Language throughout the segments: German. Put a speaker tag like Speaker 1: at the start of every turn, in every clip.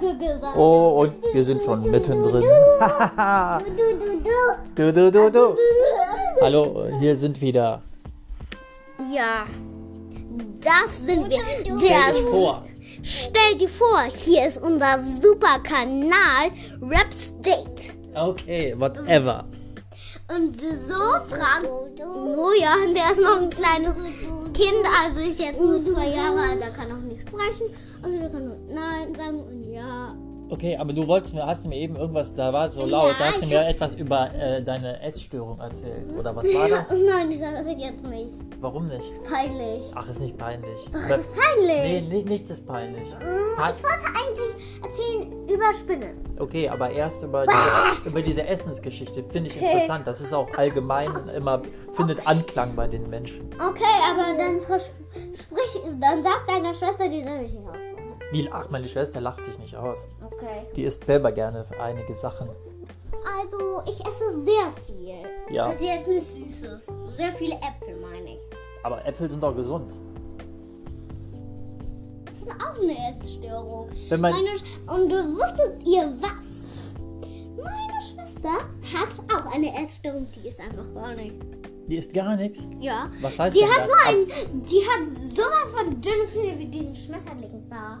Speaker 1: du gesagt.
Speaker 2: Oh, und wir sind schon mittendrin.
Speaker 1: Du, du, du, du.
Speaker 2: du, du, du, du. Hallo, hier sind wieder.
Speaker 1: Ja. Das sind wir.
Speaker 2: Stell dich
Speaker 1: Der
Speaker 2: vor.
Speaker 1: Stell dir vor, hier ist unser super Kanal Rap State.
Speaker 2: Okay, whatever.
Speaker 1: Und so fragen. Oh ja, der ist noch ein kleines Kind, also ist jetzt nur zwei Jahre alt, er kann noch nicht sprechen. Also der kann nur Nein sagen und ja.
Speaker 2: Okay, aber du wolltest mir, hast mir eben irgendwas, da war es so laut,
Speaker 1: Ja,
Speaker 2: da hast du
Speaker 1: ich
Speaker 2: mir
Speaker 1: hab's-
Speaker 2: etwas über äh, deine Essstörung erzählt. Oder was war das?
Speaker 1: Nein, ich sage das jetzt nicht.
Speaker 2: Warum nicht?
Speaker 1: Peinlich.
Speaker 2: Ach, ist nicht peinlich.
Speaker 1: Das ist peinlich.
Speaker 2: Nee, nee, nichts ist peinlich.
Speaker 1: Hm,
Speaker 2: Hat-
Speaker 1: Ich wollte eigentlich erzählen über Spinnen.
Speaker 2: Okay, aber erst über diese, über diese Essensgeschichte finde ich interessant. Das ist auch allgemein immer, findet Anklang bei den Menschen.
Speaker 1: Okay, aber dann vers- sprich, dann sag deiner Schwester, die soll mich nicht ausmachen.
Speaker 2: Die, ach, meine Schwester lacht dich nicht aus.
Speaker 1: Okay.
Speaker 2: Die isst selber gerne einige Sachen.
Speaker 1: Also, ich esse sehr viel.
Speaker 2: Ja.
Speaker 1: Also jetzt nicht Süßes. Sehr viele Äpfel, meine ich.
Speaker 2: Aber Äpfel sind doch gesund.
Speaker 1: Das ist auch eine Essstörung.
Speaker 2: Wenn man-
Speaker 1: meine Sch und wusstet ihr was? Meine Schwester hat auch eine Essstörung, die ist einfach gar nicht.
Speaker 2: Die isst gar nichts.
Speaker 1: Ja.
Speaker 2: Was heißt
Speaker 1: Die
Speaker 2: denn
Speaker 1: hat
Speaker 2: das?
Speaker 1: so ein, die hat sowas von dünne Füße wie diesen Schmetterling da.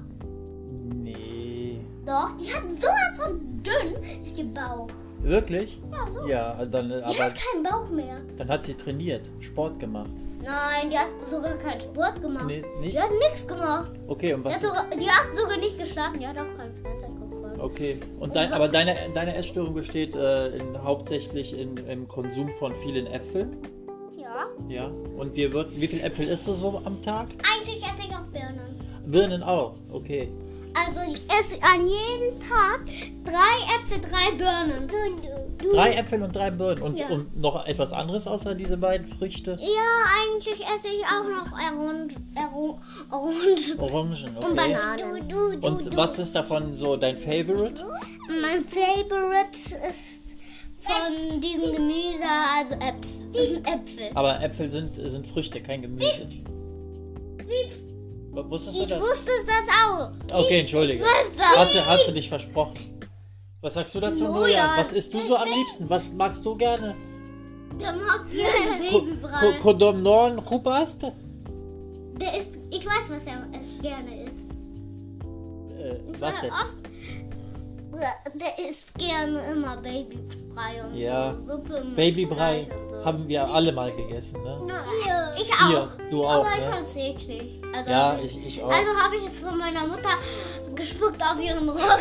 Speaker 2: Nee.
Speaker 1: Doch, die hat sowas von dünn ist ihr Bauch.
Speaker 2: Wirklich?
Speaker 1: Ja, so.
Speaker 2: Ja, also dann,
Speaker 1: Die
Speaker 2: aber
Speaker 1: hat keinen Bauch mehr.
Speaker 2: dann hat sie trainiert, Sport gemacht.
Speaker 1: Nein, die hat sogar keinen Sport gemacht.
Speaker 2: Nee, nicht?
Speaker 1: Die hat nichts gemacht.
Speaker 2: Okay, und
Speaker 1: Die
Speaker 2: was?
Speaker 1: hat, sogar, die hat sogar nicht geschlafen. Die hat auch keinen Fernsehen geguckt.
Speaker 2: Okay, und dein, aber deine, deine Essstörung besteht äh, in, hauptsächlich in, im Konsum von vielen Äpfeln.
Speaker 1: Ja.
Speaker 2: Ja. Und dir wird, wie viele Äpfel isst du so am Tag?
Speaker 1: Eigentlich esse ich auch Birnen.
Speaker 2: Birnen auch, okay.
Speaker 1: Also ich esse an jedem Tag drei Äpfel, drei Birnen. Du, du, du.
Speaker 2: Drei Äpfel und drei Birnen. Und,
Speaker 1: Ja.
Speaker 2: und noch etwas anderes außer diese beiden Früchte?
Speaker 1: Ja, eigentlich esse ich auch noch Orangen Orangen- Orangen
Speaker 2: Orangen, okay.
Speaker 1: und Bananen. Du, du, du,
Speaker 2: Und was ist davon so dein Favorite?
Speaker 1: Mein Favorite ist von diesem Gemüse, also Äpfel. Äpfel.
Speaker 2: Aber Äpfel sind, sind Früchte, kein Gemüse. W- Wusstest du
Speaker 1: Ich
Speaker 2: das?
Speaker 1: wusste das auch.
Speaker 2: Okay, entschuldige.
Speaker 1: wusste das.
Speaker 2: Hast du, hast du dich versprochen? Was sagst du dazu,
Speaker 1: Julian.
Speaker 2: Julian? Was isst du so am liebsten? Was magst du gerne?
Speaker 1: Der mag gerne
Speaker 2: Ko-
Speaker 1: Babybrei.
Speaker 2: Kodom non rupast?
Speaker 1: Der ist, ich weiß, was er gerne isst.
Speaker 2: Äh,
Speaker 1: Ich
Speaker 2: was
Speaker 1: war
Speaker 2: denn?
Speaker 1: Oft, der isst gerne immer Babybrei und
Speaker 2: Ja.
Speaker 1: so Suppe mit
Speaker 2: Babybrei
Speaker 1: Fleisch und so.
Speaker 2: haben wir alle mal gegessen, ne?
Speaker 1: Ja. Ich auch.
Speaker 2: Hier, du auch,
Speaker 1: Aber ich
Speaker 2: ne?
Speaker 1: fand's eklig. Also
Speaker 2: Ja,
Speaker 1: hab
Speaker 2: ich, ich auch.
Speaker 1: Also habe ich es von meiner Mutter gespuckt auf ihren Rock.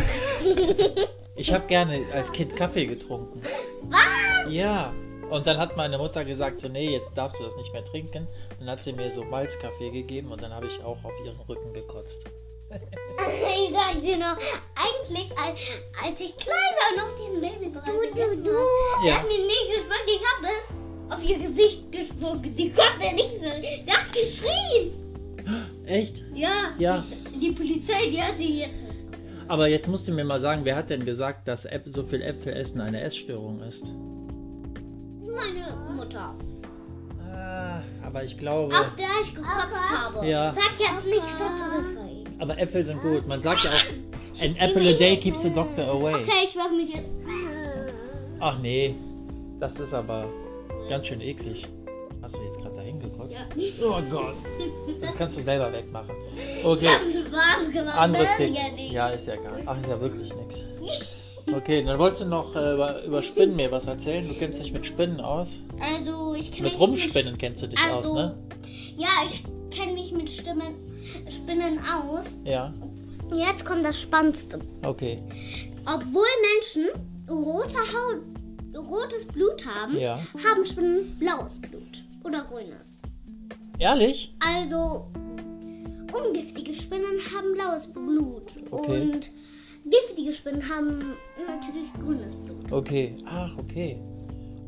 Speaker 2: Ich habe gerne als Kind Kaffee getrunken.
Speaker 1: Was?
Speaker 2: Ja. Und dann hat meine Mutter gesagt, so, nee, jetzt darfst du das nicht mehr trinken. Dann hat sie mir so Malzkaffee gegeben und dann habe ich auch auf ihren Rücken gekotzt.
Speaker 1: Ich sag dir noch, eigentlich, als, als ich klein war, noch diesen Babybrei gegessen habe,
Speaker 2: Ja.
Speaker 1: hat mir nicht geschmeckt. Ich habe es auf ihr Gesicht gespuckt. Die konnte nichts mehr. Die hat geschrien.
Speaker 2: Echt?
Speaker 1: Ja.
Speaker 2: Ja.
Speaker 1: Die Polizei, die hat sie jetzt.
Speaker 2: Aber jetzt musst du mir mal sagen, wer hat denn gesagt, dass Äp so viel Äpfel essen eine Essstörung ist?
Speaker 1: Meine Mutter.
Speaker 2: Ah, aber ich glaube.
Speaker 1: Auf der ich gekotzt habe.
Speaker 2: Ja.
Speaker 1: Sag jetzt nichts dazu. das war ich.
Speaker 2: Aber Äpfel sind gut. Man sagt ja auch, an apple a day keeps the doctor away.
Speaker 1: Okay, ich mach mich jetzt.
Speaker 2: Ach nee, das ist aber ganz schön eklig. Hast du jetzt gerade dahin gekotzt? Oh Gott. Das kannst du selber wegmachen. Okay,
Speaker 1: Hab Spaß gemacht.
Speaker 2: anderes
Speaker 1: das ist
Speaker 2: Thema.
Speaker 1: Ja, nicht.
Speaker 2: Ja, ist ja gar Ach, ist ja wirklich nichts. Okay, dann wolltest du noch äh, über, über Spinnen mir was erzählen. Du kennst dich mit Spinnen aus.
Speaker 1: Also, ich kenne
Speaker 2: Mit Rumspinnen kennst du dich aus, ne?
Speaker 1: Ja, ich kenne mich mit Stimmen, Spinnen aus.
Speaker 2: Ja,
Speaker 1: Jetzt kommt das Spannendste.
Speaker 2: okay.
Speaker 1: Obwohl Menschen rote Haut, rotes Blut haben,
Speaker 2: Ja.
Speaker 1: haben Spinnen blaues Blut oder grünes.
Speaker 2: Ehrlich?
Speaker 1: Also ungiftige Spinnen haben blaues Blut
Speaker 2: Okay.
Speaker 1: und giftige Spinnen haben natürlich grünes Blut.
Speaker 2: Okay. Ach, okay.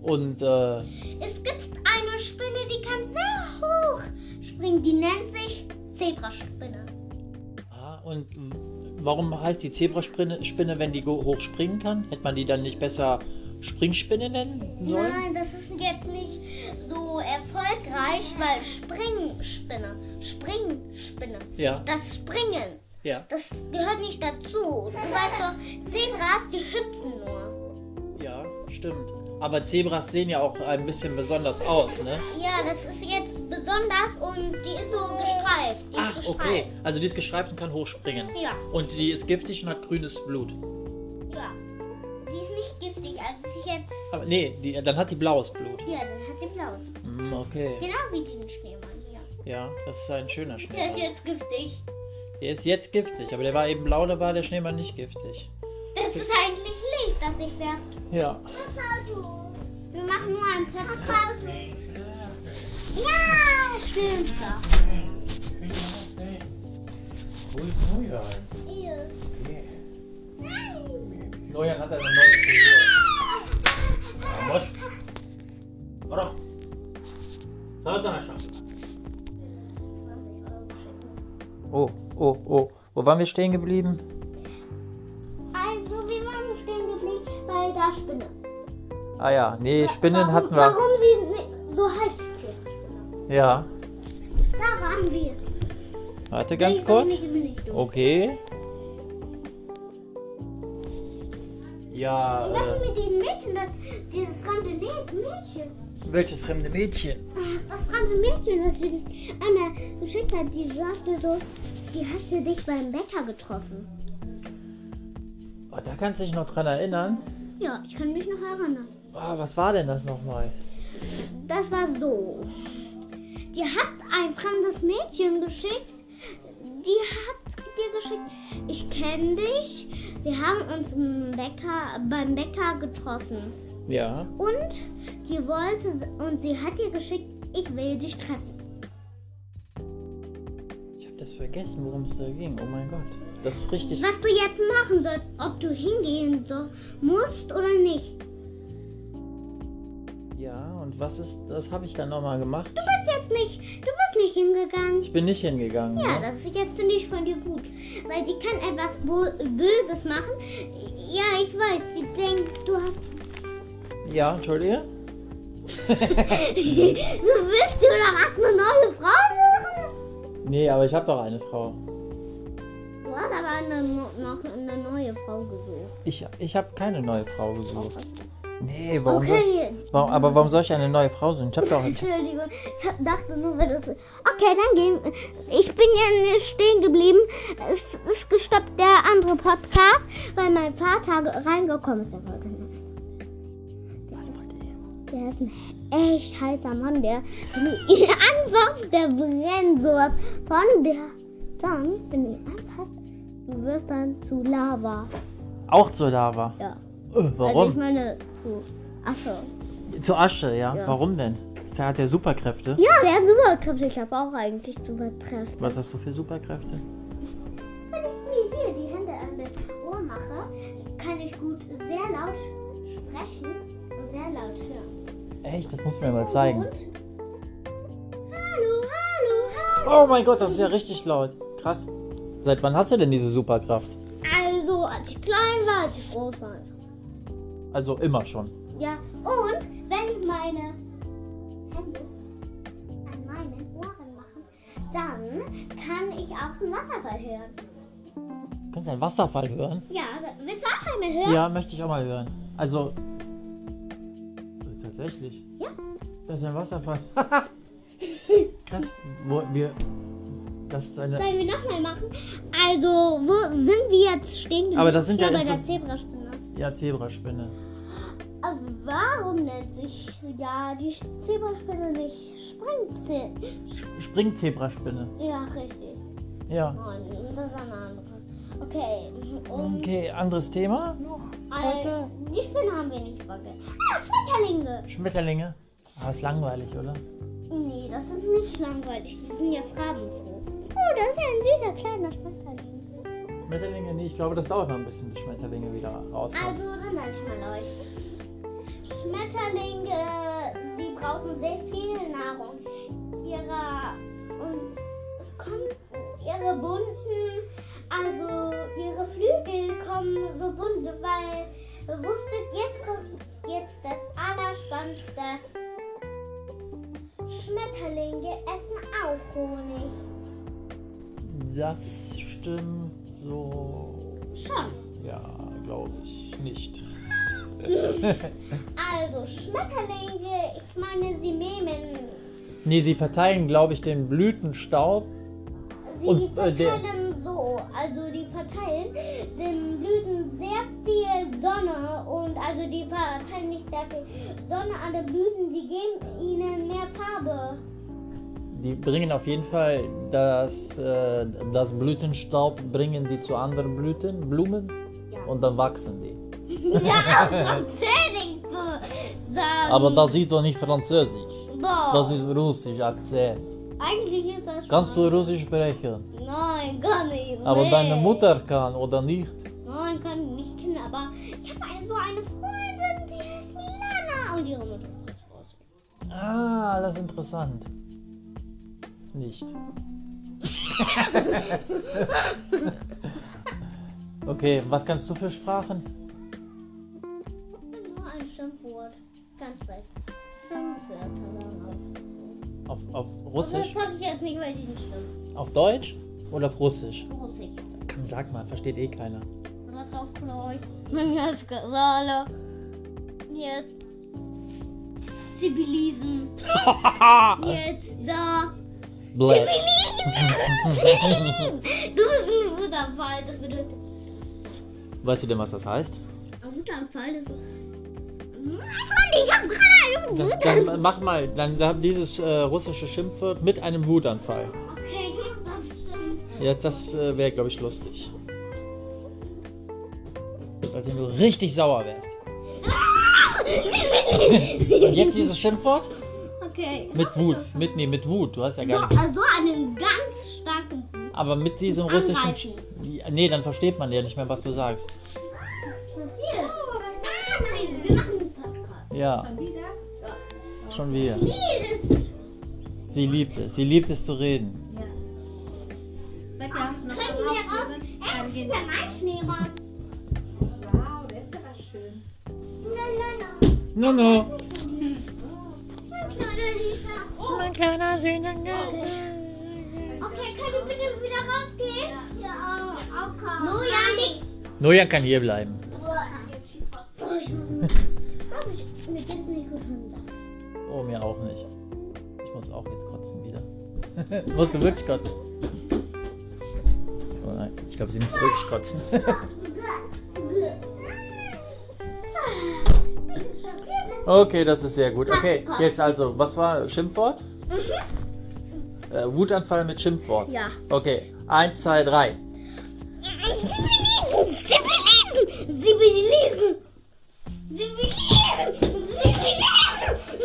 Speaker 2: Und, äh,
Speaker 1: Es gibt eine Spinne, die kann sehr hoch springen. Die nennt sich Zebraspinne.
Speaker 2: Ah, und warum heißt die Zebraspinne, Spinne, wenn die go- hoch springen kann? Hätte man die dann nicht besser Springspinne nennen sollen?
Speaker 1: Nein, das ist jetzt nicht so erfolgreich, weil Springspinne, Springspinne,
Speaker 2: Ja.
Speaker 1: das Springen
Speaker 2: Ja.
Speaker 1: Das gehört nicht dazu. Du weißt doch, Zebras, die hüpfen nur.
Speaker 2: Ja, stimmt. Aber Zebras sehen ja auch ein bisschen besonders aus, ne?
Speaker 1: Ja, das ist jetzt besonders und die ist so gestreift. Die ist
Speaker 2: Ach, okay.
Speaker 1: gestreift.
Speaker 2: Also die ist gestreift und kann hochspringen.
Speaker 1: Ja,
Speaker 2: Und die ist giftig und hat grünes Blut.
Speaker 1: ja. Die ist nicht giftig, also sie ist jetzt.
Speaker 2: Aber nee, die, dann hat die blaues Blut.
Speaker 1: Ja, dann hat sie blaues.
Speaker 2: Hm, okay.
Speaker 1: Genau wie den Schneemann hier.
Speaker 2: Ja, das ist ein schöner
Speaker 1: Der ist
Speaker 2: Schneemann.
Speaker 1: jetzt giftig.
Speaker 2: Der ist jetzt giftig, aber der war eben blau, da war der Schneemann nicht giftig.
Speaker 1: Das ist eigentlich Licht, das sich werft.
Speaker 2: Ja.
Speaker 1: Wir machen nur ein Podcast. Ja, stimmt doch.
Speaker 2: Wo ist Neujahr? Neujahr hat eine neue Frisur. Vamos. Vamos. Oh, oh, oh. Wo waren wir stehen geblieben?
Speaker 1: Also, wir waren stehen geblieben bei der Spinne.
Speaker 2: Ah ja, nee, Spinnen
Speaker 1: warum,
Speaker 2: hatten wir.
Speaker 1: Warum sie ni- so heißt? Spinne.
Speaker 2: Ja.
Speaker 1: Da waren wir.
Speaker 2: Warte ganz
Speaker 1: Nee,
Speaker 2: kurz.
Speaker 1: Spinne bin ich dumm.
Speaker 2: Okay.
Speaker 1: Was
Speaker 2: Ja, äh,
Speaker 1: ist mit diesen Mädchen, das, dieses fremde Le- Mädchen?
Speaker 2: welches fremde Mädchen?
Speaker 1: Ach, Das fremde Mädchen, das sie einmal geschickt hat, die sagte so, die hatte dich beim Bäcker getroffen.
Speaker 2: Oh, da kannst du dich noch dran erinnern.
Speaker 1: Ja, ich kann mich noch erinnern.
Speaker 2: Ah, was war denn das nochmal?
Speaker 1: Das war so. Die hat ein fremdes Mädchen geschickt. Die hat dir geschickt, ich kenne dich. Wir haben uns im Bäcker, beim Bäcker getroffen.
Speaker 2: Ja.
Speaker 1: Und die wollte, und sie hat dir geschickt, ich will dich treffen.
Speaker 2: Ich habe das vergessen, worum es da ging. Oh mein Gott. Das ist richtig.
Speaker 1: Was du jetzt machen sollst, ob du hingehen so, musst oder nicht.
Speaker 2: Ja, und was ist. Das habe ich dann nochmal gemacht.
Speaker 1: Du bist jetzt nicht, du bist nicht hingegangen.
Speaker 2: Ich bin nicht hingegangen.
Speaker 1: Ja,
Speaker 2: ne?
Speaker 1: das ist jetzt finde ich von dir gut, weil sie kann etwas Bo Böses machen. Ja, ich weiß, sie denkt, du hast,
Speaker 2: ja Entschuldige?
Speaker 1: du willst oder hast eine neue Frau suchen.
Speaker 2: Nee, aber ich habe doch eine Frau.
Speaker 1: Du hast aber eine, no- noch eine neue Frau gesucht.
Speaker 2: Ich, ich habe keine neue Frau gesucht. Nee, warum, soll,
Speaker 1: Okay,
Speaker 2: warum. Aber warum soll ich eine neue Frau suchen? Ich habe doch.
Speaker 1: Entschuldigung, ich hab- dachte nur, weil das. Okay, dann gehen. Ich bin ja nicht stehen geblieben. Es ist gestoppt der andere Podcast, weil mein Vater ge- reingekommen ist. Der wollte nicht.
Speaker 2: Was wollt ihr?
Speaker 1: Der ist ein echt heißer Mann, der wenn du ihn anfasst, der brennt sowas von der. Dann, wenn du ihn anfasst, du wirst dann zu Lava.
Speaker 2: Auch zur Lava.
Speaker 1: Ja.
Speaker 2: Äh,
Speaker 1: Also ich
Speaker 2: warum?
Speaker 1: meine zu Asche.
Speaker 2: Zur Asche, ja?
Speaker 1: Ja.
Speaker 2: Warum denn? Der hat ja Superkräfte.
Speaker 1: Ja, der hat Superkräfte. Ich habe auch eigentlich Superkräfte.
Speaker 2: Was hast du für Superkräfte?
Speaker 1: Wenn ich mir hier die Hände an das Ohr mache, kann ich gut sehr laut sprechen und sehr laut hören.
Speaker 2: Echt? Das musst du mir mal zeigen.
Speaker 1: Und Hallo, hallo, hallo.
Speaker 2: Oh mein Gott, das ist ja richtig laut. Krass. Seit wann hast du denn diese Superkraft?
Speaker 1: Also, als ich klein war, als ich groß war.
Speaker 2: Also immer schon.
Speaker 1: Ja, und wenn ich meine Hände an meinen Ohren mache, dann kann ich auch den Wasserfall hören.
Speaker 2: Du kannst einen Wasserfall hören?
Speaker 1: Ja, also, willst du auch einmal hören?
Speaker 2: Ja, möchte ich auch mal hören. Also. äh, Tatsächlich.
Speaker 1: Ja.
Speaker 2: Das ist ein Wasserfall. Krass. Wo, wir. Das ist eine.
Speaker 1: Sollen wir nochmal machen? Also, wo sind wir jetzt stehen geblieben?
Speaker 2: Aber das sind ja
Speaker 1: bei der
Speaker 2: interess-
Speaker 1: Zebraspinne.
Speaker 2: Ja, Zebraspinne.
Speaker 1: Aber warum nennt sich ja die Zebraspinne nicht Springzähne?
Speaker 2: Sch- Springzebraspinne.
Speaker 1: Ja, richtig.
Speaker 2: Ja.
Speaker 1: Nein, das war eine andere. Okay, und
Speaker 2: Okay, anderes Thema noch?
Speaker 1: äh, die Spinne haben wir nicht vergessen. Ah, Schmetterlinge!
Speaker 2: Schmetterlinge. Ah, ist langweilig, oder?
Speaker 1: Nee, das ist nicht langweilig. Die sind ja farbenfroh. Oh, das ist ja ein süßer kleiner Schmetterling.
Speaker 2: Schmetterlinge, nee, ich glaube, das dauert noch ein bisschen, bis Schmetterlinge wieder rauskommen.
Speaker 1: Also, dann sag ich mal euch. Schmetterlinge, sie brauchen sehr viel Nahrung. Ihre, und es kommen ihre bunten, also ihre Flügel kommen so bunt, weil wusstet, jetzt kommt jetzt das Allerspannendste. Schmetterlinge essen auch Honig.
Speaker 2: Das stimmt. So,
Speaker 1: Schon.
Speaker 2: ja, glaube ich nicht.
Speaker 1: Also Schmetterlinge, ich meine, sie mähmen.
Speaker 2: Nee, sie verteilen, glaube ich, den Blütenstaub.
Speaker 1: Sie
Speaker 2: Und, äh, der-
Speaker 1: verteilen so, also die verteilen den Blüten sehr viel Sonne und also die verteilen nicht sehr viel Sonne an den Blüten, die geben ihnen mehr Farbe.
Speaker 2: Die bringen auf jeden Fall das, äh, das Blütenstaub, bringen die zu anderen Blüten, Blumen
Speaker 1: Ja.
Speaker 2: und dann wachsen die.
Speaker 1: ja, auf Französisch zu sagen.
Speaker 2: Aber das ist doch nicht Französisch.
Speaker 1: Boah,
Speaker 2: Das ist Russisch, Akzent.
Speaker 1: eigentlich ist das
Speaker 2: Kannst
Speaker 1: schon-
Speaker 2: du Russisch sprechen?
Speaker 1: Nein, gar nicht.
Speaker 2: Aber
Speaker 1: nee.
Speaker 2: deine Mutter kann oder nicht?
Speaker 1: Nein, kann nicht kennen, aber ich habe eine, so eine Freundin, die heißt Milana und ihre Mutter ist Französin.
Speaker 2: Ah, das ist interessant. Nicht. okay, was kannst du für Sprachen?
Speaker 1: Nur ein Schimpfwort. Ganz weit. Schimpfwörter sagen
Speaker 2: Auf,
Speaker 1: auf.
Speaker 2: auf
Speaker 1: Und das
Speaker 2: Russisch?
Speaker 1: sage ich jetzt nicht, weil die nicht stimmt.
Speaker 2: Auf Deutsch oder auf Russisch?
Speaker 1: Russisch.
Speaker 2: Komm, sag mal, versteht eh keiner.
Speaker 1: Oder auch Kloy. Wenn ich es gesagt Jetzt. Zivilisen. Jetzt da.
Speaker 2: Black.
Speaker 1: Zivilisen! Zivilisen! Du bist ein Wutanfall, das bedeutet.
Speaker 2: Weißt du denn, was das heißt?
Speaker 1: Ein Wutanfall, das ist. Mann, ich hab gerade einen
Speaker 2: Dann,
Speaker 1: Wutanfall.
Speaker 2: dann mach mal, dann hab dieses äh, russische Schimpfwort mit einem Wutanfall.
Speaker 1: Okay, ich mach das stimmt.
Speaker 2: Ja, das äh, wäre, glaube ich, lustig. Als wenn du richtig sauer wärst. Und jetzt dieses Schimpfwort?
Speaker 1: Okay.
Speaker 2: Mit Wut. Mit, nee, mit Wut. Du hast ja
Speaker 1: So,
Speaker 2: gar nicht.
Speaker 1: also einen ganz starken Wut.
Speaker 2: Aber mit diesem russischen.
Speaker 1: Angreifen.
Speaker 2: Ja, Nee, dann versteht man ja nicht mehr, was du sagst.
Speaker 1: Passiert. Ah, nein, wir machen einen Podcast.
Speaker 2: Ja,
Speaker 1: Wieder?
Speaker 2: schon wieder.
Speaker 1: Dieses.
Speaker 2: Sie liebt es. Sie liebt es zu reden.
Speaker 3: Können
Speaker 1: Können wir raus. Ey, das ist ja mein Schneemann.
Speaker 3: Wow, der ist aber schön.
Speaker 1: Nein, nein, nein.
Speaker 2: No, no.
Speaker 1: Mein kleiner Süßer.
Speaker 2: Mein kleiner Sühnengel.
Speaker 1: Okay, können wir bitte wieder rausgehen? Ja, oh, okay. No, ja, nicht.
Speaker 2: Noja kann hier bleiben.
Speaker 1: Oh, ich muss mir. Glaub ich, mir geht's nicht gut runter.
Speaker 2: Oh, mir auch nicht. Ich muss auch jetzt kotzen wieder. Musst du wirklich kotzen? Oh nein, ich glaube, sie muss wirklich kotzen. okay, das ist sehr gut. Okay, jetzt also, was war Schimpfwort? Äh, Wutanfall mit Schimpfwort.
Speaker 1: Ja.
Speaker 2: Okay, eins, zwei, drei.
Speaker 1: Sibilisen! Sibilisen! Sibilisen!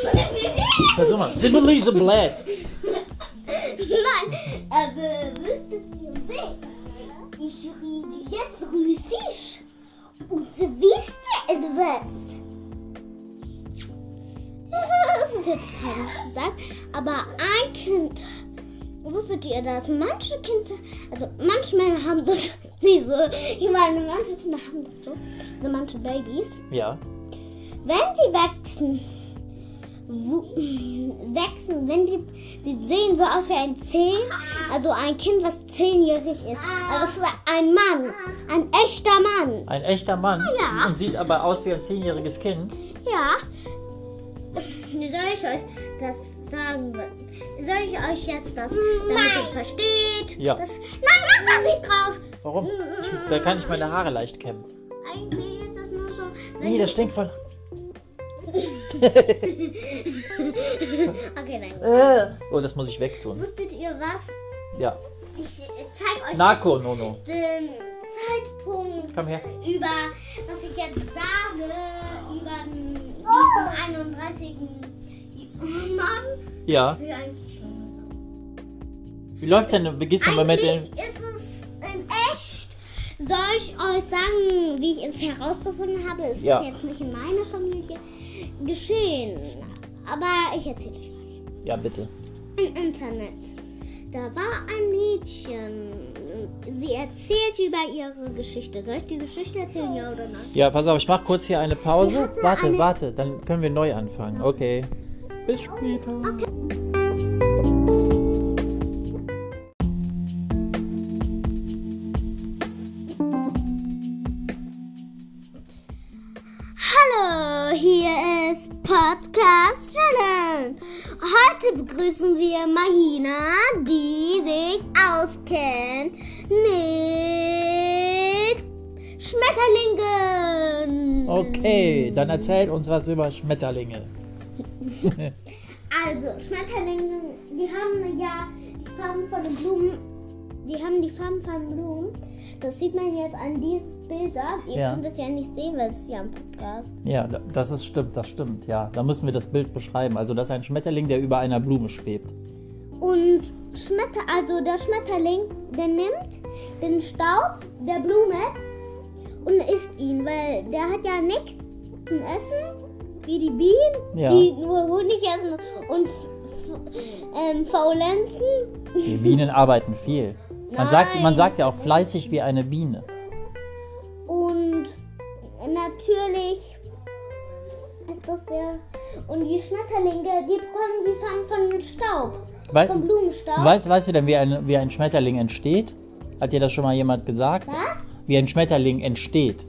Speaker 1: Sibilisen!
Speaker 2: Versuch mal. Sibilise Blatt.
Speaker 1: Sibilisen! Nein, aber wüsstet ihr was? Ich rede jetzt Russisch. Und wisst ihr etwas? Das ist jetzt peinlich zu sagen, aber ein Kind. Wusstet ihr das? Manche Kinder, also manche Männer haben das nicht so. Ich meine, manche Kinder haben das so. Also manche Babys.
Speaker 2: Ja.
Speaker 1: Wenn sie wachsen, wo- wachsen, wenn die, sie sehen so aus wie ein Zehn, also ein Kind, was zehnjährig ist. Aber es ist ein Mann, ein echter Mann.
Speaker 2: Ein echter Mann.
Speaker 1: Ah, Ja.
Speaker 2: Und sieht aber aus wie ein zehnjähriges Kind.
Speaker 1: Ja. Wie soll ich euch das sagen? Soll ich euch jetzt das, damit ihr versteht?
Speaker 2: Ja.
Speaker 1: Das, nein, mach das nicht drauf!
Speaker 2: Warum? Ich, da kann ich meine Haare leicht kämmen.
Speaker 1: Eigentlich ist das nur so, wenn
Speaker 2: Nee, das stinkt voll.
Speaker 1: du- Okay, nein.
Speaker 2: Äh. Oh, das muss ich wegtun.
Speaker 1: Wusstet ihr was?
Speaker 2: Ja.
Speaker 1: Ich äh, zeig euch
Speaker 2: Narco, Nono.
Speaker 1: jetzt den Zeitpunkt
Speaker 2: Komm her.
Speaker 1: über, was ich jetzt sage, über den, diesen 31. Mann.
Speaker 2: Ja.
Speaker 1: Wie eigentlich schon.
Speaker 2: Wie läuft's denn? Wie gehst du mal mit
Speaker 1: Eigentlich
Speaker 2: dem.
Speaker 1: ist es in echt. Soll ich euch sagen, wie ich es herausgefunden habe? Es
Speaker 2: Ja.
Speaker 1: ist jetzt nicht in meiner Familie geschehen. Aber ich erzähle euch.
Speaker 2: Ja, bitte.
Speaker 1: Im Internet. Da war ein Mädchen. Sie erzählt über ihre Geschichte. Soll ich die Geschichte erzählen, ja oder nein?
Speaker 2: Ja, pass auf, ich mach kurz hier eine Pause.
Speaker 1: hatte
Speaker 2: Warte,
Speaker 1: eine-
Speaker 2: warte, dann können wir neu anfangen. Okay. Bis später.
Speaker 1: begrüßen wir Mahina, die sich auskennt mit Schmetterlingen.
Speaker 2: Okay, dann erzähl uns was über Schmetterlinge.
Speaker 1: Also, Schmetterlinge, die haben ja die Farben von den Blumen. Die haben die Farben von Blumen. Das sieht man jetzt an diesen Bildern. Ihr
Speaker 2: Ja.
Speaker 1: könnt es ja nicht sehen, weil es ist ja ein Podcast.
Speaker 2: Ja, da- das ist stimmt, das stimmt, ja. Da müssen wir das Bild beschreiben. Also das ist ein Schmetterling, der über einer Blume schwebt.
Speaker 1: Und Schmetter, also der Schmetterling, der nimmt den Staub der Blume und isst ihn, weil der hat ja nichts zum Essen, wie die Bienen,
Speaker 2: Ja.
Speaker 1: die nur Honig essen und f- f- ähm, faulenzen.
Speaker 2: Die Bienen arbeiten viel. Man sagt, man
Speaker 1: Nein.
Speaker 2: sagt ja auch fleißig wie eine Biene.
Speaker 1: Und natürlich ist das sehr. Und die Schmetterlinge, die bekommen die Farben von Staub,
Speaker 2: Wei
Speaker 1: vom Blumenstaub.
Speaker 2: weißt, weißt du denn, wie ein, wie ein Schmetterling entsteht? Hat dir das schon mal jemand gesagt?
Speaker 1: Was?
Speaker 2: Wie ein Schmetterling entsteht.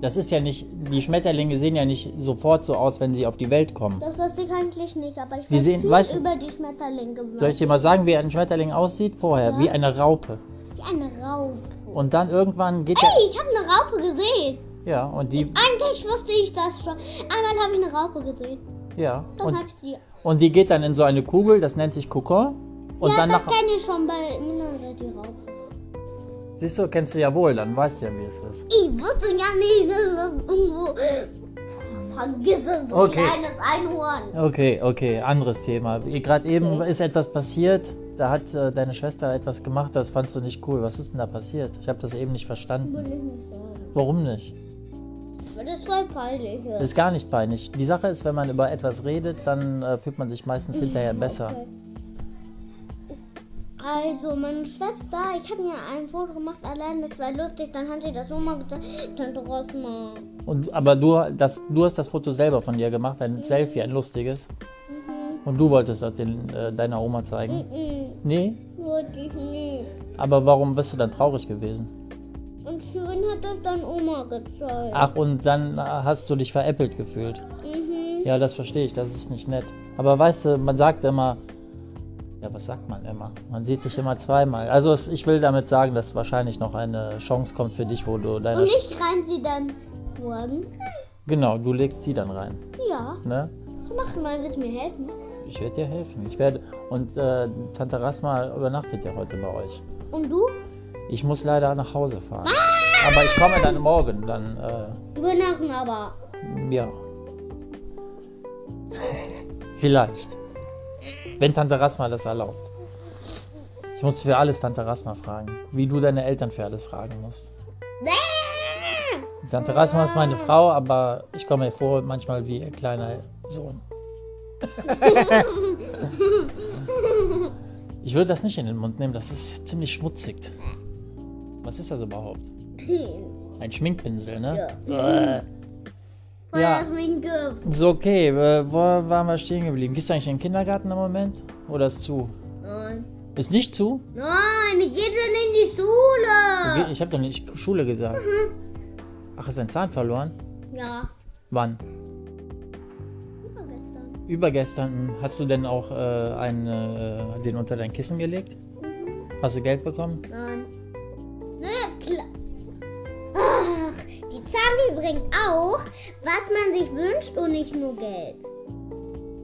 Speaker 2: Das ist ja nicht, die Schmetterlinge sehen ja nicht sofort so aus, wenn sie auf die Welt kommen.
Speaker 1: Das weiß ich eigentlich nicht, aber ich
Speaker 2: Die
Speaker 1: weiß
Speaker 2: sehen-
Speaker 1: viel
Speaker 2: weißt du-
Speaker 1: über die Schmetterlinge.
Speaker 2: Soll ich dir mal sagen, wie ein Schmetterling aussieht? Vorher, wie eine Raupe.
Speaker 1: Wie eine Raupe.
Speaker 2: Und dann irgendwann geht
Speaker 1: Hey, ich habe eine Raupe gesehen.
Speaker 2: er. Ja, und die.
Speaker 1: Eigentlich wusste ich das schon. Einmal habe ich eine Raupe gesehen.
Speaker 2: Ja.
Speaker 1: Dann
Speaker 2: Und,
Speaker 1: habe ich sie.
Speaker 2: und die geht dann in so eine Kugel, das nennt sich Kokon. Und
Speaker 1: ja,
Speaker 2: dann
Speaker 1: das
Speaker 2: nach.
Speaker 1: kenne ich schon bei Minna die Raupe.
Speaker 2: Siehst du, kennst du ja wohl, dann weißt du ja, wie es ist.
Speaker 1: Ich wusste ja nicht, dass das irgendwo. Boah, Vergiss es, so
Speaker 2: Okay.
Speaker 1: kleines Einhorn.
Speaker 2: Okay, okay, anderes Thema. Ihr- Gerade eben ist etwas passiert. Da hat äh, deine Schwester etwas gemacht, das fandst du nicht cool. Was ist denn da passiert? Ich habe das eben nicht verstanden.
Speaker 1: Will ich nicht sagen.
Speaker 2: Warum nicht?
Speaker 1: Weil Das ist voll peinlich. hier.
Speaker 2: Ist gar nicht peinlich. Die Sache ist, wenn man über etwas redet, dann äh, fühlt man sich meistens hinterher
Speaker 1: Mhm.
Speaker 2: besser.
Speaker 1: Also, meine Schwester, ich habe mir ein Foto gemacht allein, das war lustig. Dann hat sie das Oma gesagt, Tante Rosma.
Speaker 2: Und, aber du, das, du hast das Foto selber von dir gemacht, ein Selfie, ein lustiges. Und du wolltest das den, äh, deiner Oma zeigen.
Speaker 1: Mhm,
Speaker 2: Nee?
Speaker 1: wollte ich nicht.
Speaker 2: Aber warum bist du dann traurig gewesen?
Speaker 1: Und schön hat das dann Oma gezeigt.
Speaker 2: Ach, und dann äh, hast du dich veräppelt gefühlt.
Speaker 1: Mhm.
Speaker 2: Ja, das verstehe ich, das ist nicht nett. Aber weißt du, man sagt immer, ja, was sagt man immer? Man sieht sich immer zweimal. Also es, ich will damit sagen, dass wahrscheinlich noch eine Chance kommt für dich, wo du deine...
Speaker 1: Und ich rein sie dann morgen.
Speaker 2: genau, du legst sie dann rein.
Speaker 1: Ja,
Speaker 2: Ne?
Speaker 1: so machen mal, wird mir helfen.
Speaker 2: Ich werde dir helfen. Ich werde... Und äh, Tante Rasma übernachtet ja heute bei euch.
Speaker 1: Und du?
Speaker 2: Ich muss leider nach Hause fahren. Aber ich komme dann morgen, dann... Äh,
Speaker 1: Übernachten aber.
Speaker 2: Ja. Vielleicht. Wenn Tante Rasma das erlaubt. Ich muss für alles Tante Rasma fragen. Wie du deine Eltern für alles fragen musst. Tante Rasma ist meine Frau, aber ich komme mir vor manchmal wie ihr kleiner Sohn. ich würde das nicht in den Mund nehmen, das ist ziemlich schmutzig. Was ist das überhaupt? Ein Schminkpinsel, ne? Ja.
Speaker 1: Voll
Speaker 2: Ja.
Speaker 1: das mein Gift.
Speaker 2: So, okay, äh, wo waren wir stehen geblieben? Gehst du eigentlich in den Kindergarten im Moment? Oder ist zu?
Speaker 1: Nein.
Speaker 2: Ist nicht zu?
Speaker 1: Nein, ich gehe schon in die Schule.
Speaker 2: Ich habe doch nicht Schule gesagt. Ach, ist dein Zahn verloren?
Speaker 1: Ja.
Speaker 2: Wann?
Speaker 1: Übergestern.
Speaker 2: Übergestern hm, hast du denn auch äh, einen, äh, den unter dein Kissen gelegt? Hast du Geld bekommen?
Speaker 1: Nein. Naja, klar. Ach, die Zambi bringt auch, was man sich wünscht und nicht nur Geld.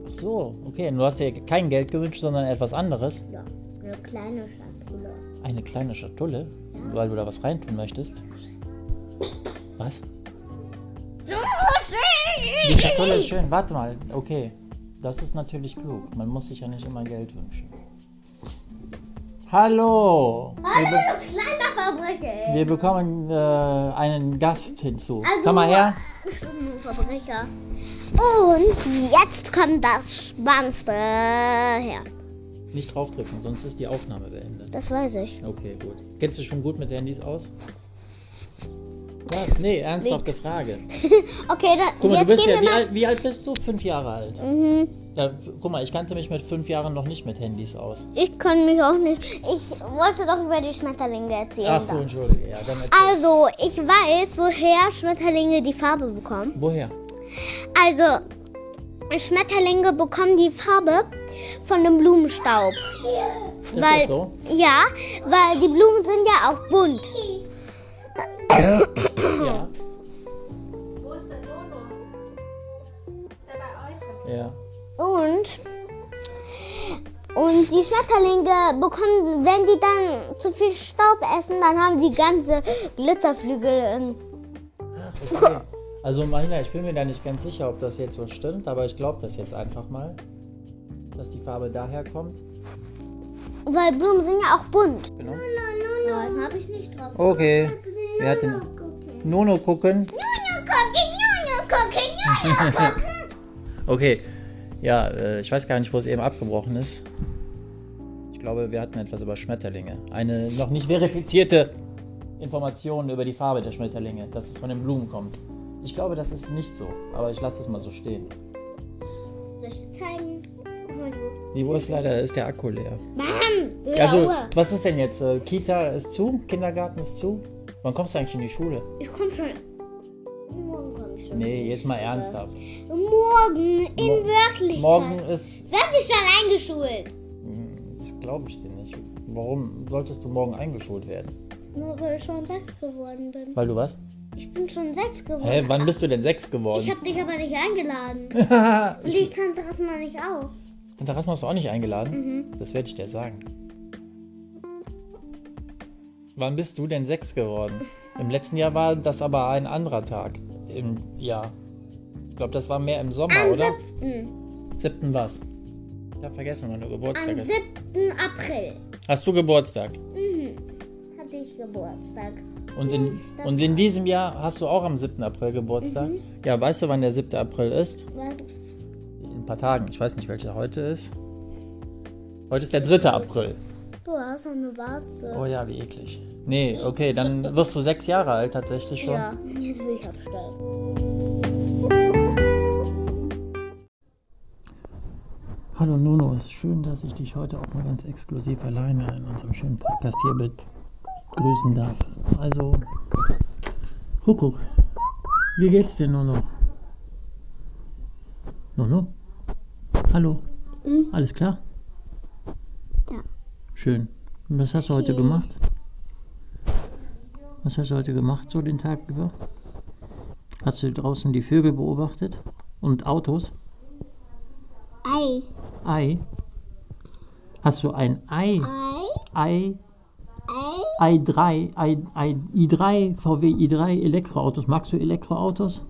Speaker 2: Ach so, okay. Und du hast dir kein Geld gewünscht, sondern etwas anderes.
Speaker 1: Ja, eine kleine Schatulle.
Speaker 2: Eine kleine Schatulle, weil du da was reintun möchtest. Was?
Speaker 1: So
Speaker 2: Die
Speaker 1: schön!
Speaker 2: Schatulle ist schön, warte mal. Okay, das ist natürlich klug. Man muss sich ja nicht immer Geld wünschen. Hallo! Wir, be
Speaker 1: Du kleiner Verbrecher.
Speaker 2: wir bekommen äh, einen Gast hinzu.
Speaker 1: Also-
Speaker 2: Komm mal her.
Speaker 1: Das ist ein Verbrecher. Und jetzt kommt das Spannendste her.
Speaker 2: Nicht draufdrücken, sonst ist die Aufnahme beendet.
Speaker 1: Das weiß ich.
Speaker 2: Okay, gut. Kennst du schon gut mit Handys aus? Was? Nee, ernsthafte Frage.
Speaker 1: Okay, dann
Speaker 2: Guck mal, du
Speaker 1: jetzt
Speaker 2: bist
Speaker 1: gehen wir
Speaker 2: ja, wie
Speaker 1: mal.
Speaker 2: alt, wie alt bist du? Fünf Jahre alt.
Speaker 1: Mhm.
Speaker 2: Ja, guck mal, ich kannte mich mit fünf Jahren noch nicht mit Handys aus.
Speaker 1: Ich kann mich auch nicht. Ich wollte doch über die Schmetterlinge erzählen.
Speaker 2: Ach so, entschuldige. Ja, dann erzähl.
Speaker 1: Also, ich weiß, woher Schmetterlinge die Farbe bekommen.
Speaker 2: Woher?
Speaker 1: Also, Schmetterlinge bekommen die Farbe von dem Blumenstaub.
Speaker 2: Ist
Speaker 1: weil,
Speaker 2: das so?
Speaker 1: Ja, weil die Blumen sind ja auch bunt.
Speaker 2: Ja.
Speaker 3: Wo ist der Nono? Ist er bei euch?
Speaker 2: Ja.
Speaker 1: Und, und die Schmetterlinge bekommen, wenn die dann zu viel Staub essen, dann haben die ganze Glitzerflügel. In.
Speaker 2: Okay. Also Marina, ich bin mir da nicht ganz sicher, ob das jetzt so stimmt, aber ich glaube das jetzt einfach mal, dass die Farbe daher kommt.
Speaker 1: Weil Blumen sind ja auch bunt.
Speaker 2: Genau.
Speaker 1: Nein, habe ich nicht drauf.
Speaker 2: Okay. Wer hat den Nono gucken? Okay. Ja, äh, ich weiß gar nicht, wo es eben abgebrochen ist. Ich glaube, wir hatten etwas über Schmetterlinge. Eine noch nicht verifizierte Information über die Farbe der Schmetterlinge, dass es von den Blumen kommt. Ich glaube, das ist nicht so, aber ich lasse es mal so stehen.
Speaker 1: Soll ich dir zeigen?
Speaker 2: Die Uhr ist leider, ist der Akku leer.
Speaker 1: Mann, blöde
Speaker 2: Also,
Speaker 1: Uhr.
Speaker 2: was ist denn jetzt? Äh, Kita ist zu? Kindergarten ist zu? Wann kommst du eigentlich in die Schule?
Speaker 1: Ich komme schon. Morgen komme ich schon.
Speaker 2: Nee, jetzt mal ernsthaft.
Speaker 1: Morgen in
Speaker 2: Mo-
Speaker 1: Wirklichkeit.
Speaker 2: Morgen ist.
Speaker 1: Werd ich schon eingeschult.
Speaker 2: Hm, Das glaube ich dir nicht. Warum solltest du morgen eingeschult werden?
Speaker 1: Nur weil ich schon sechs geworden bin.
Speaker 2: Weil du was?
Speaker 1: Ich bin schon sechs geworden.
Speaker 2: Hä, wann bist du denn sechs
Speaker 1: Ich
Speaker 2: geworden?
Speaker 1: habe dich aber nicht eingeladen. Und
Speaker 2: ich
Speaker 1: ich kannte das mal nicht auch.
Speaker 2: Santa Rasmus hast du auch nicht eingeladen?
Speaker 1: Mhm.
Speaker 2: Das werde ich dir sagen. Wann bist du denn sechs geworden? Im letzten Jahr war das aber ein anderer Tag im Jahr. Ich glaube, das war mehr im Sommer,
Speaker 1: Am
Speaker 2: oder?
Speaker 1: 7.
Speaker 2: Siebten was? Ich hab vergessen, wann du Geburtstag
Speaker 1: Am
Speaker 2: hast.
Speaker 1: 7. April
Speaker 2: Hast du Geburtstag?
Speaker 1: hatte ich Geburtstag.
Speaker 2: Und in,
Speaker 1: das Mhm.
Speaker 2: und in diesem Jahr hast du auch am 7. April Geburtstag? Ja, weißt du, wann der 7. April ist?
Speaker 1: Was?
Speaker 2: In ein paar Tagen. Ich weiß nicht, welcher heute ist. Heute ist der 3. April.
Speaker 1: Du hast noch eine Warze.
Speaker 2: Oh ja, wie eklig. Nee, okay, dann wirst du sechs Jahre alt tatsächlich schon.
Speaker 1: ja. Jetzt will ich absteigen.
Speaker 2: Hallo Nuno, es ist schön, dass ich dich heute auch mal ganz exklusiv alleine in unserem schönen Podcast hier begrüßen darf. Also, Kuckuck, wie geht's dir, Nuno? Nuno? Hallo?
Speaker 1: Mhm.
Speaker 2: Alles klar?
Speaker 1: Ja.
Speaker 2: Schön. Und was hast du heute gemacht? Was hast du heute gemacht, so den Tag über? Hast du draußen die Vögel beobachtet? Und Autos?
Speaker 1: Ei.
Speaker 2: Ei. Hast du ein Ei?
Speaker 1: Ei.
Speaker 2: Ei,
Speaker 1: Ei.
Speaker 2: i3, I, I, i3, VW i3 Elektroautos. Magst du Elektroautos?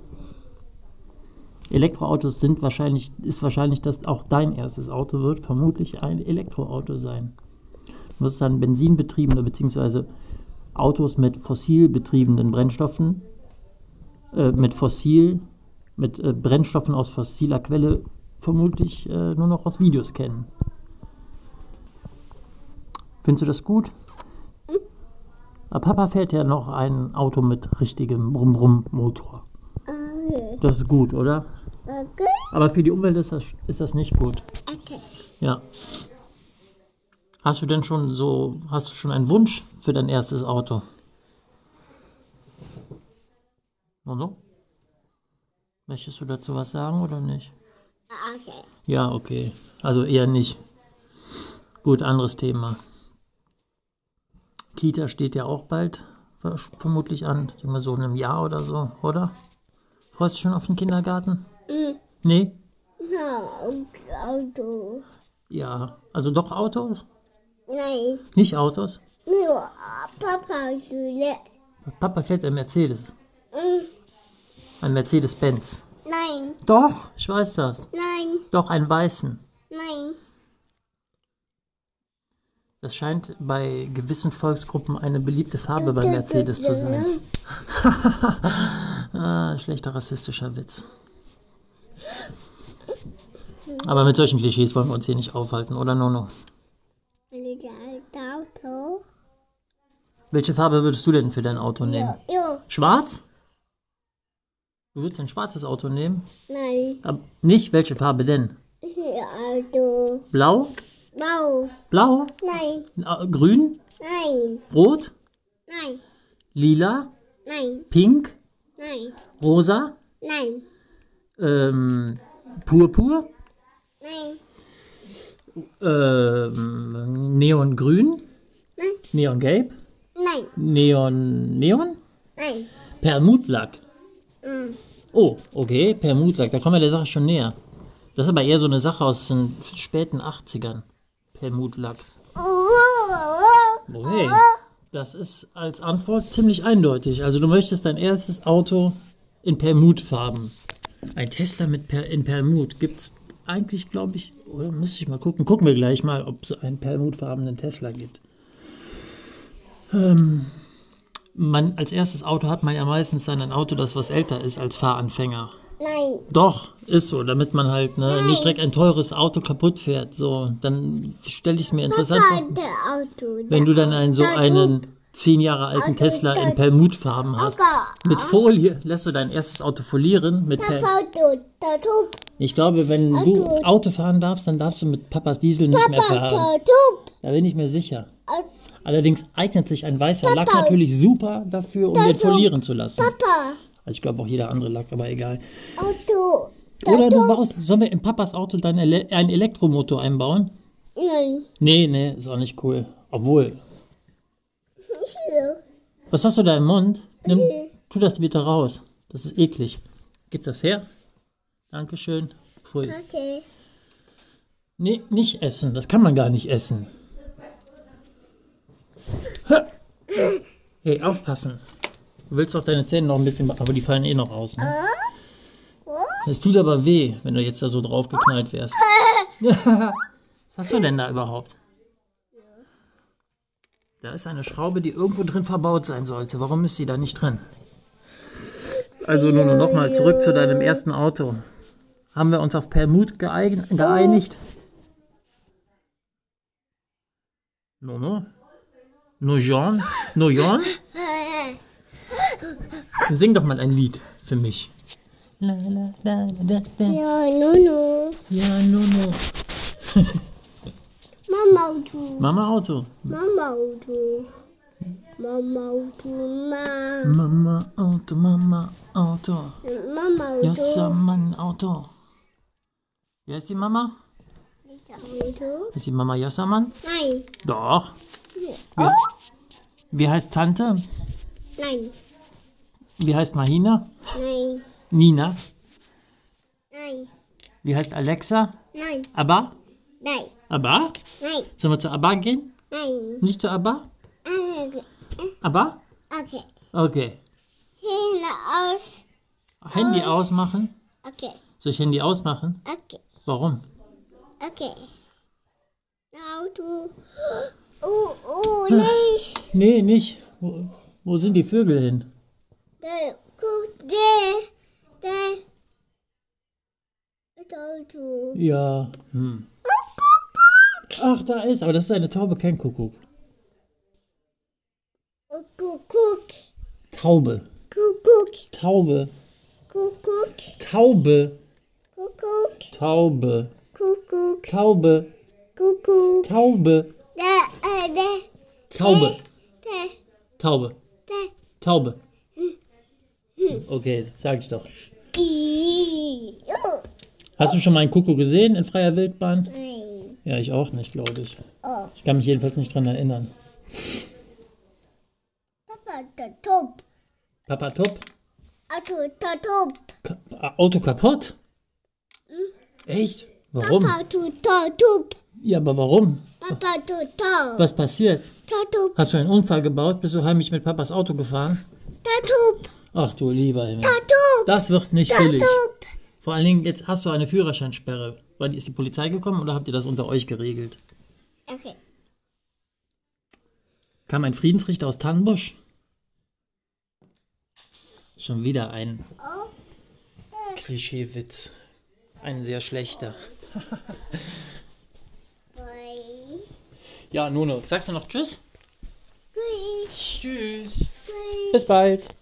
Speaker 2: Elektroautos sind wahrscheinlich, ist wahrscheinlich, dass auch dein erstes Auto wird vermutlich ein Elektroauto sein. Du wirst dann benzinbetriebene bzw. Autos mit fossil betriebenen Brennstoffen, äh, mit fossil, mit äh, Brennstoffen aus fossiler Quelle vermutlich äh, nur noch aus Videos kennen. Findest du das gut? Aber Papa fährt ja noch ein Auto mit richtigem Brumm-Brumm-Motor.
Speaker 1: Okay.
Speaker 2: Das ist gut, oder?
Speaker 1: Okay.
Speaker 2: Aber für die Umwelt ist das, ist das nicht gut.
Speaker 1: Okay.
Speaker 2: Ja. Hast du denn schon so, hast du schon einen Wunsch für dein erstes Auto? Nono? Möchtest du dazu was sagen oder nicht?
Speaker 1: Okay.
Speaker 2: Ja, okay. Also eher nicht. Gut, anderes Thema. Kita steht ja auch bald ver- vermutlich an. Ich denke mal so in einem Jahr oder so, oder? Freust du schon auf den Kindergarten?
Speaker 1: Mhm.
Speaker 2: Nee?
Speaker 1: Ja, und Auto.
Speaker 2: Ja. Also doch Autos?
Speaker 1: Nein.
Speaker 2: Nicht Autos?
Speaker 1: Nur Papa Schule.
Speaker 2: Papa fährt ein Mercedes.
Speaker 1: Mhm.
Speaker 2: Ein Mercedes-Benz.
Speaker 1: Nein.
Speaker 2: Doch, ich weiß das.
Speaker 1: Nein.
Speaker 2: Doch, einen weißen.
Speaker 1: Nein.
Speaker 2: Das scheint bei gewissen Volksgruppen eine beliebte Farbe bei Mercedes zu sein. Ah, schlechter rassistischer Witz. Aber mit solchen Klischees wollen wir uns hier nicht aufhalten, oder Nono?
Speaker 1: Also der alte Auto.
Speaker 2: Welche Farbe würdest du denn für dein Auto nehmen?
Speaker 1: Ja. ja.
Speaker 2: Schwarz? Du würdest ein schwarzes Auto nehmen?
Speaker 1: Nein.
Speaker 2: Aber nicht welche Farbe denn?
Speaker 1: Ihr Auto.
Speaker 2: Blau?
Speaker 1: Blau.
Speaker 2: Blau?
Speaker 1: also. Nein.
Speaker 2: Äh, Grün?
Speaker 1: Nein.
Speaker 2: Rot?
Speaker 1: Nein.
Speaker 2: Lila?
Speaker 1: Nein.
Speaker 2: Pink?
Speaker 1: Nein.
Speaker 2: Rosa?
Speaker 1: Nein.
Speaker 2: Ähm, Purpur?
Speaker 1: Nein.
Speaker 2: ähm, Neongrün,
Speaker 1: Nein,
Speaker 2: Neongelb,
Speaker 1: nein,
Speaker 2: Neon, Neon,
Speaker 1: nein.
Speaker 2: Perlmutlack.
Speaker 1: Mm.
Speaker 2: Oh, okay, Perlmutlack, da kommen wir der Sache schon näher. Das ist aber eher so eine Sache aus den späten 80ern. Perlmutlack. Okay. Das ist als Antwort ziemlich eindeutig. Also du möchtest dein erstes Auto in Permutfarben. Ein Tesla mit per in Permut gibt's eigentlich, glaube ich, oder müsste ich mal gucken. Gucken wir gleich mal, ob es einen permutfarbenen Tesla gibt. Ähm, man, als erstes Auto hat man ja meistens dann ein Auto, das was älter ist als Fahranfänger.
Speaker 1: Nein,
Speaker 2: Doch, ist so, damit man halt ne, nicht direkt ein teures Auto kaputt fährt. So, dann stelle ich es mir interessant vor.
Speaker 1: Papa, der Auto.
Speaker 2: Wenn du dann einen, so einen zehn Jahre alten
Speaker 1: Auto
Speaker 2: Tesla
Speaker 1: ist
Speaker 2: in
Speaker 1: das-
Speaker 2: Perlmutfarben hast,
Speaker 1: Papa,
Speaker 2: mit Folie, lässt du dein erstes Auto folieren mit Perl.
Speaker 1: Papa, du, der Tub,
Speaker 2: Ich glaube, wenn du
Speaker 1: Auto.
Speaker 2: Auto fahren darfst, dann darfst du mit Papas Diesel nicht mehr
Speaker 1: Papa,
Speaker 2: fahren.
Speaker 1: der Tub.
Speaker 2: Da bin ich mir sicher.
Speaker 1: Au-
Speaker 2: Allerdings eignet sich ein weißer Lack
Speaker 1: Papa.
Speaker 2: natürlich super dafür, um den
Speaker 1: Auto.
Speaker 2: folieren zu lassen.
Speaker 1: Papa,
Speaker 2: Also ich glaube auch jeder andere Lack, aber egal.
Speaker 1: Auto, der
Speaker 2: Oder du
Speaker 1: Tub.
Speaker 2: baust, sollen wir in Papas Auto dann Ele einen Elektromotor einbauen?
Speaker 1: Nein,
Speaker 2: Nee, nee, ist auch nicht cool. Obwohl,
Speaker 1: hier.
Speaker 2: Was hast du da im Mund? Nimm,
Speaker 1: Okay.
Speaker 2: tu das bitte raus. Das ist eklig. Gib das her. Dankeschön. Pfui.
Speaker 1: Okay.
Speaker 2: Nee, nicht essen. Das kann man gar nicht essen. Hä? Hey, aufpassen. Du willst doch deine Zähne noch ein bisschen, aber die fallen eh noch raus. Ne? Es tut aber weh, wenn du jetzt da so drauf geknallt wärst. Was hast du denn da überhaupt? Da ist eine Schraube, die irgendwo drin verbaut sein sollte. Warum ist sie da nicht drin? Also nun nochmal zurück zu deinem ersten Auto. Haben wir uns auf Permut geeign- geeinigt? No, no. No, Jean. No, Jean.
Speaker 1: À,
Speaker 2: Sing doch mal ein Lied für mich. La, la, la, la, la, la.
Speaker 1: Ja, Nunu.
Speaker 2: Ja, no, no.
Speaker 1: Mama, Auto.
Speaker 2: Mama Auto.
Speaker 1: Mama, Auto. Mama, Auto. Ma.
Speaker 2: Mama Auto, Mama Auto.
Speaker 1: Mama,
Speaker 2: Jossa,
Speaker 1: Auto.
Speaker 2: Mann Auto. Wie heißt die Mama?
Speaker 1: Auto.
Speaker 2: Heißt die Mama Jossamann?
Speaker 1: Nein,
Speaker 2: Doch. Wie, wie heißt Tante?
Speaker 1: nein,
Speaker 2: Wie heißt Mahina?
Speaker 1: nein,
Speaker 2: Nina.
Speaker 1: nein,
Speaker 2: Wie heißt Alexa?
Speaker 1: nein,
Speaker 2: Abba?
Speaker 1: nein,
Speaker 2: Abba?
Speaker 1: nein,
Speaker 2: Sollen wir zu Abba gehen?
Speaker 1: nein.
Speaker 2: Nicht zu Abba?
Speaker 1: Okay.
Speaker 2: Abba?
Speaker 1: Okay.
Speaker 2: Okay.
Speaker 1: Hände aus.
Speaker 2: Handy ausmachen?
Speaker 1: Okay,
Speaker 2: Soll ich Handy ausmachen?
Speaker 1: okay,
Speaker 2: Warum?
Speaker 1: okay. Auto. Oh, oh, nicht.
Speaker 2: Nee, nicht. Wo, wo sind die Vögel hin?
Speaker 1: Der, guck, der, der. Das Auto.
Speaker 2: Ja. Hm. Ach, da ist. Aber das ist eine Taube, kein Kuckuck.
Speaker 1: Oh, guck, guck,
Speaker 2: Taube.
Speaker 1: guck, guck,
Speaker 2: Taube.
Speaker 1: guck, guck,
Speaker 2: Taube.
Speaker 1: guck, guck,
Speaker 2: Taube.
Speaker 1: guck, guck,
Speaker 2: Taube.
Speaker 1: guck, guck.
Speaker 2: Taube.
Speaker 1: Der, äh, der,
Speaker 2: Taube.
Speaker 1: der,
Speaker 2: Taube.
Speaker 1: der.
Speaker 2: Taube. Okay, sag ich doch.
Speaker 1: Ih, oh,
Speaker 2: Hast du schon mal einen Kuckuck gesehen in freier Wildbahn?
Speaker 1: Nein.
Speaker 2: Ja, ich auch nicht, glaube ich.
Speaker 1: Oh,
Speaker 2: Ich kann mich jedenfalls nicht dran erinnern.
Speaker 1: Papa, À, der Top.
Speaker 2: Papa Top?
Speaker 1: Auto, der Top.
Speaker 2: Ka äh, Auto kaputt? Echt? Warum?
Speaker 1: Hm? Papa, du, der Top.
Speaker 2: Ja, aber warum?
Speaker 1: Papa, du, der.
Speaker 2: Was passiert?
Speaker 1: Der Top.
Speaker 2: Hast du einen Unfall gebaut? Bist du heimlich mit Papas Auto gefahren?
Speaker 1: Tatub,
Speaker 2: Ach du lieber Himmel.
Speaker 1: Tatub,
Speaker 2: Das wird nicht billig.
Speaker 1: Tatub.
Speaker 2: Vor allen Dingen, jetzt hast du eine Führerscheinsperre. Weil ist die Polizei gekommen oder habt ihr das unter euch geregelt?
Speaker 1: Okay.
Speaker 2: Kam ein Friedensrichter aus Tannenbusch? Schon wieder ein
Speaker 1: Oh,
Speaker 2: Klischeewitz. Ein sehr schlechter.
Speaker 1: boy.
Speaker 2: Ja, Nuno, sagst du noch Tschüss?
Speaker 1: Grüß,
Speaker 2: Tschüss.
Speaker 1: grüß.
Speaker 2: Bis bald.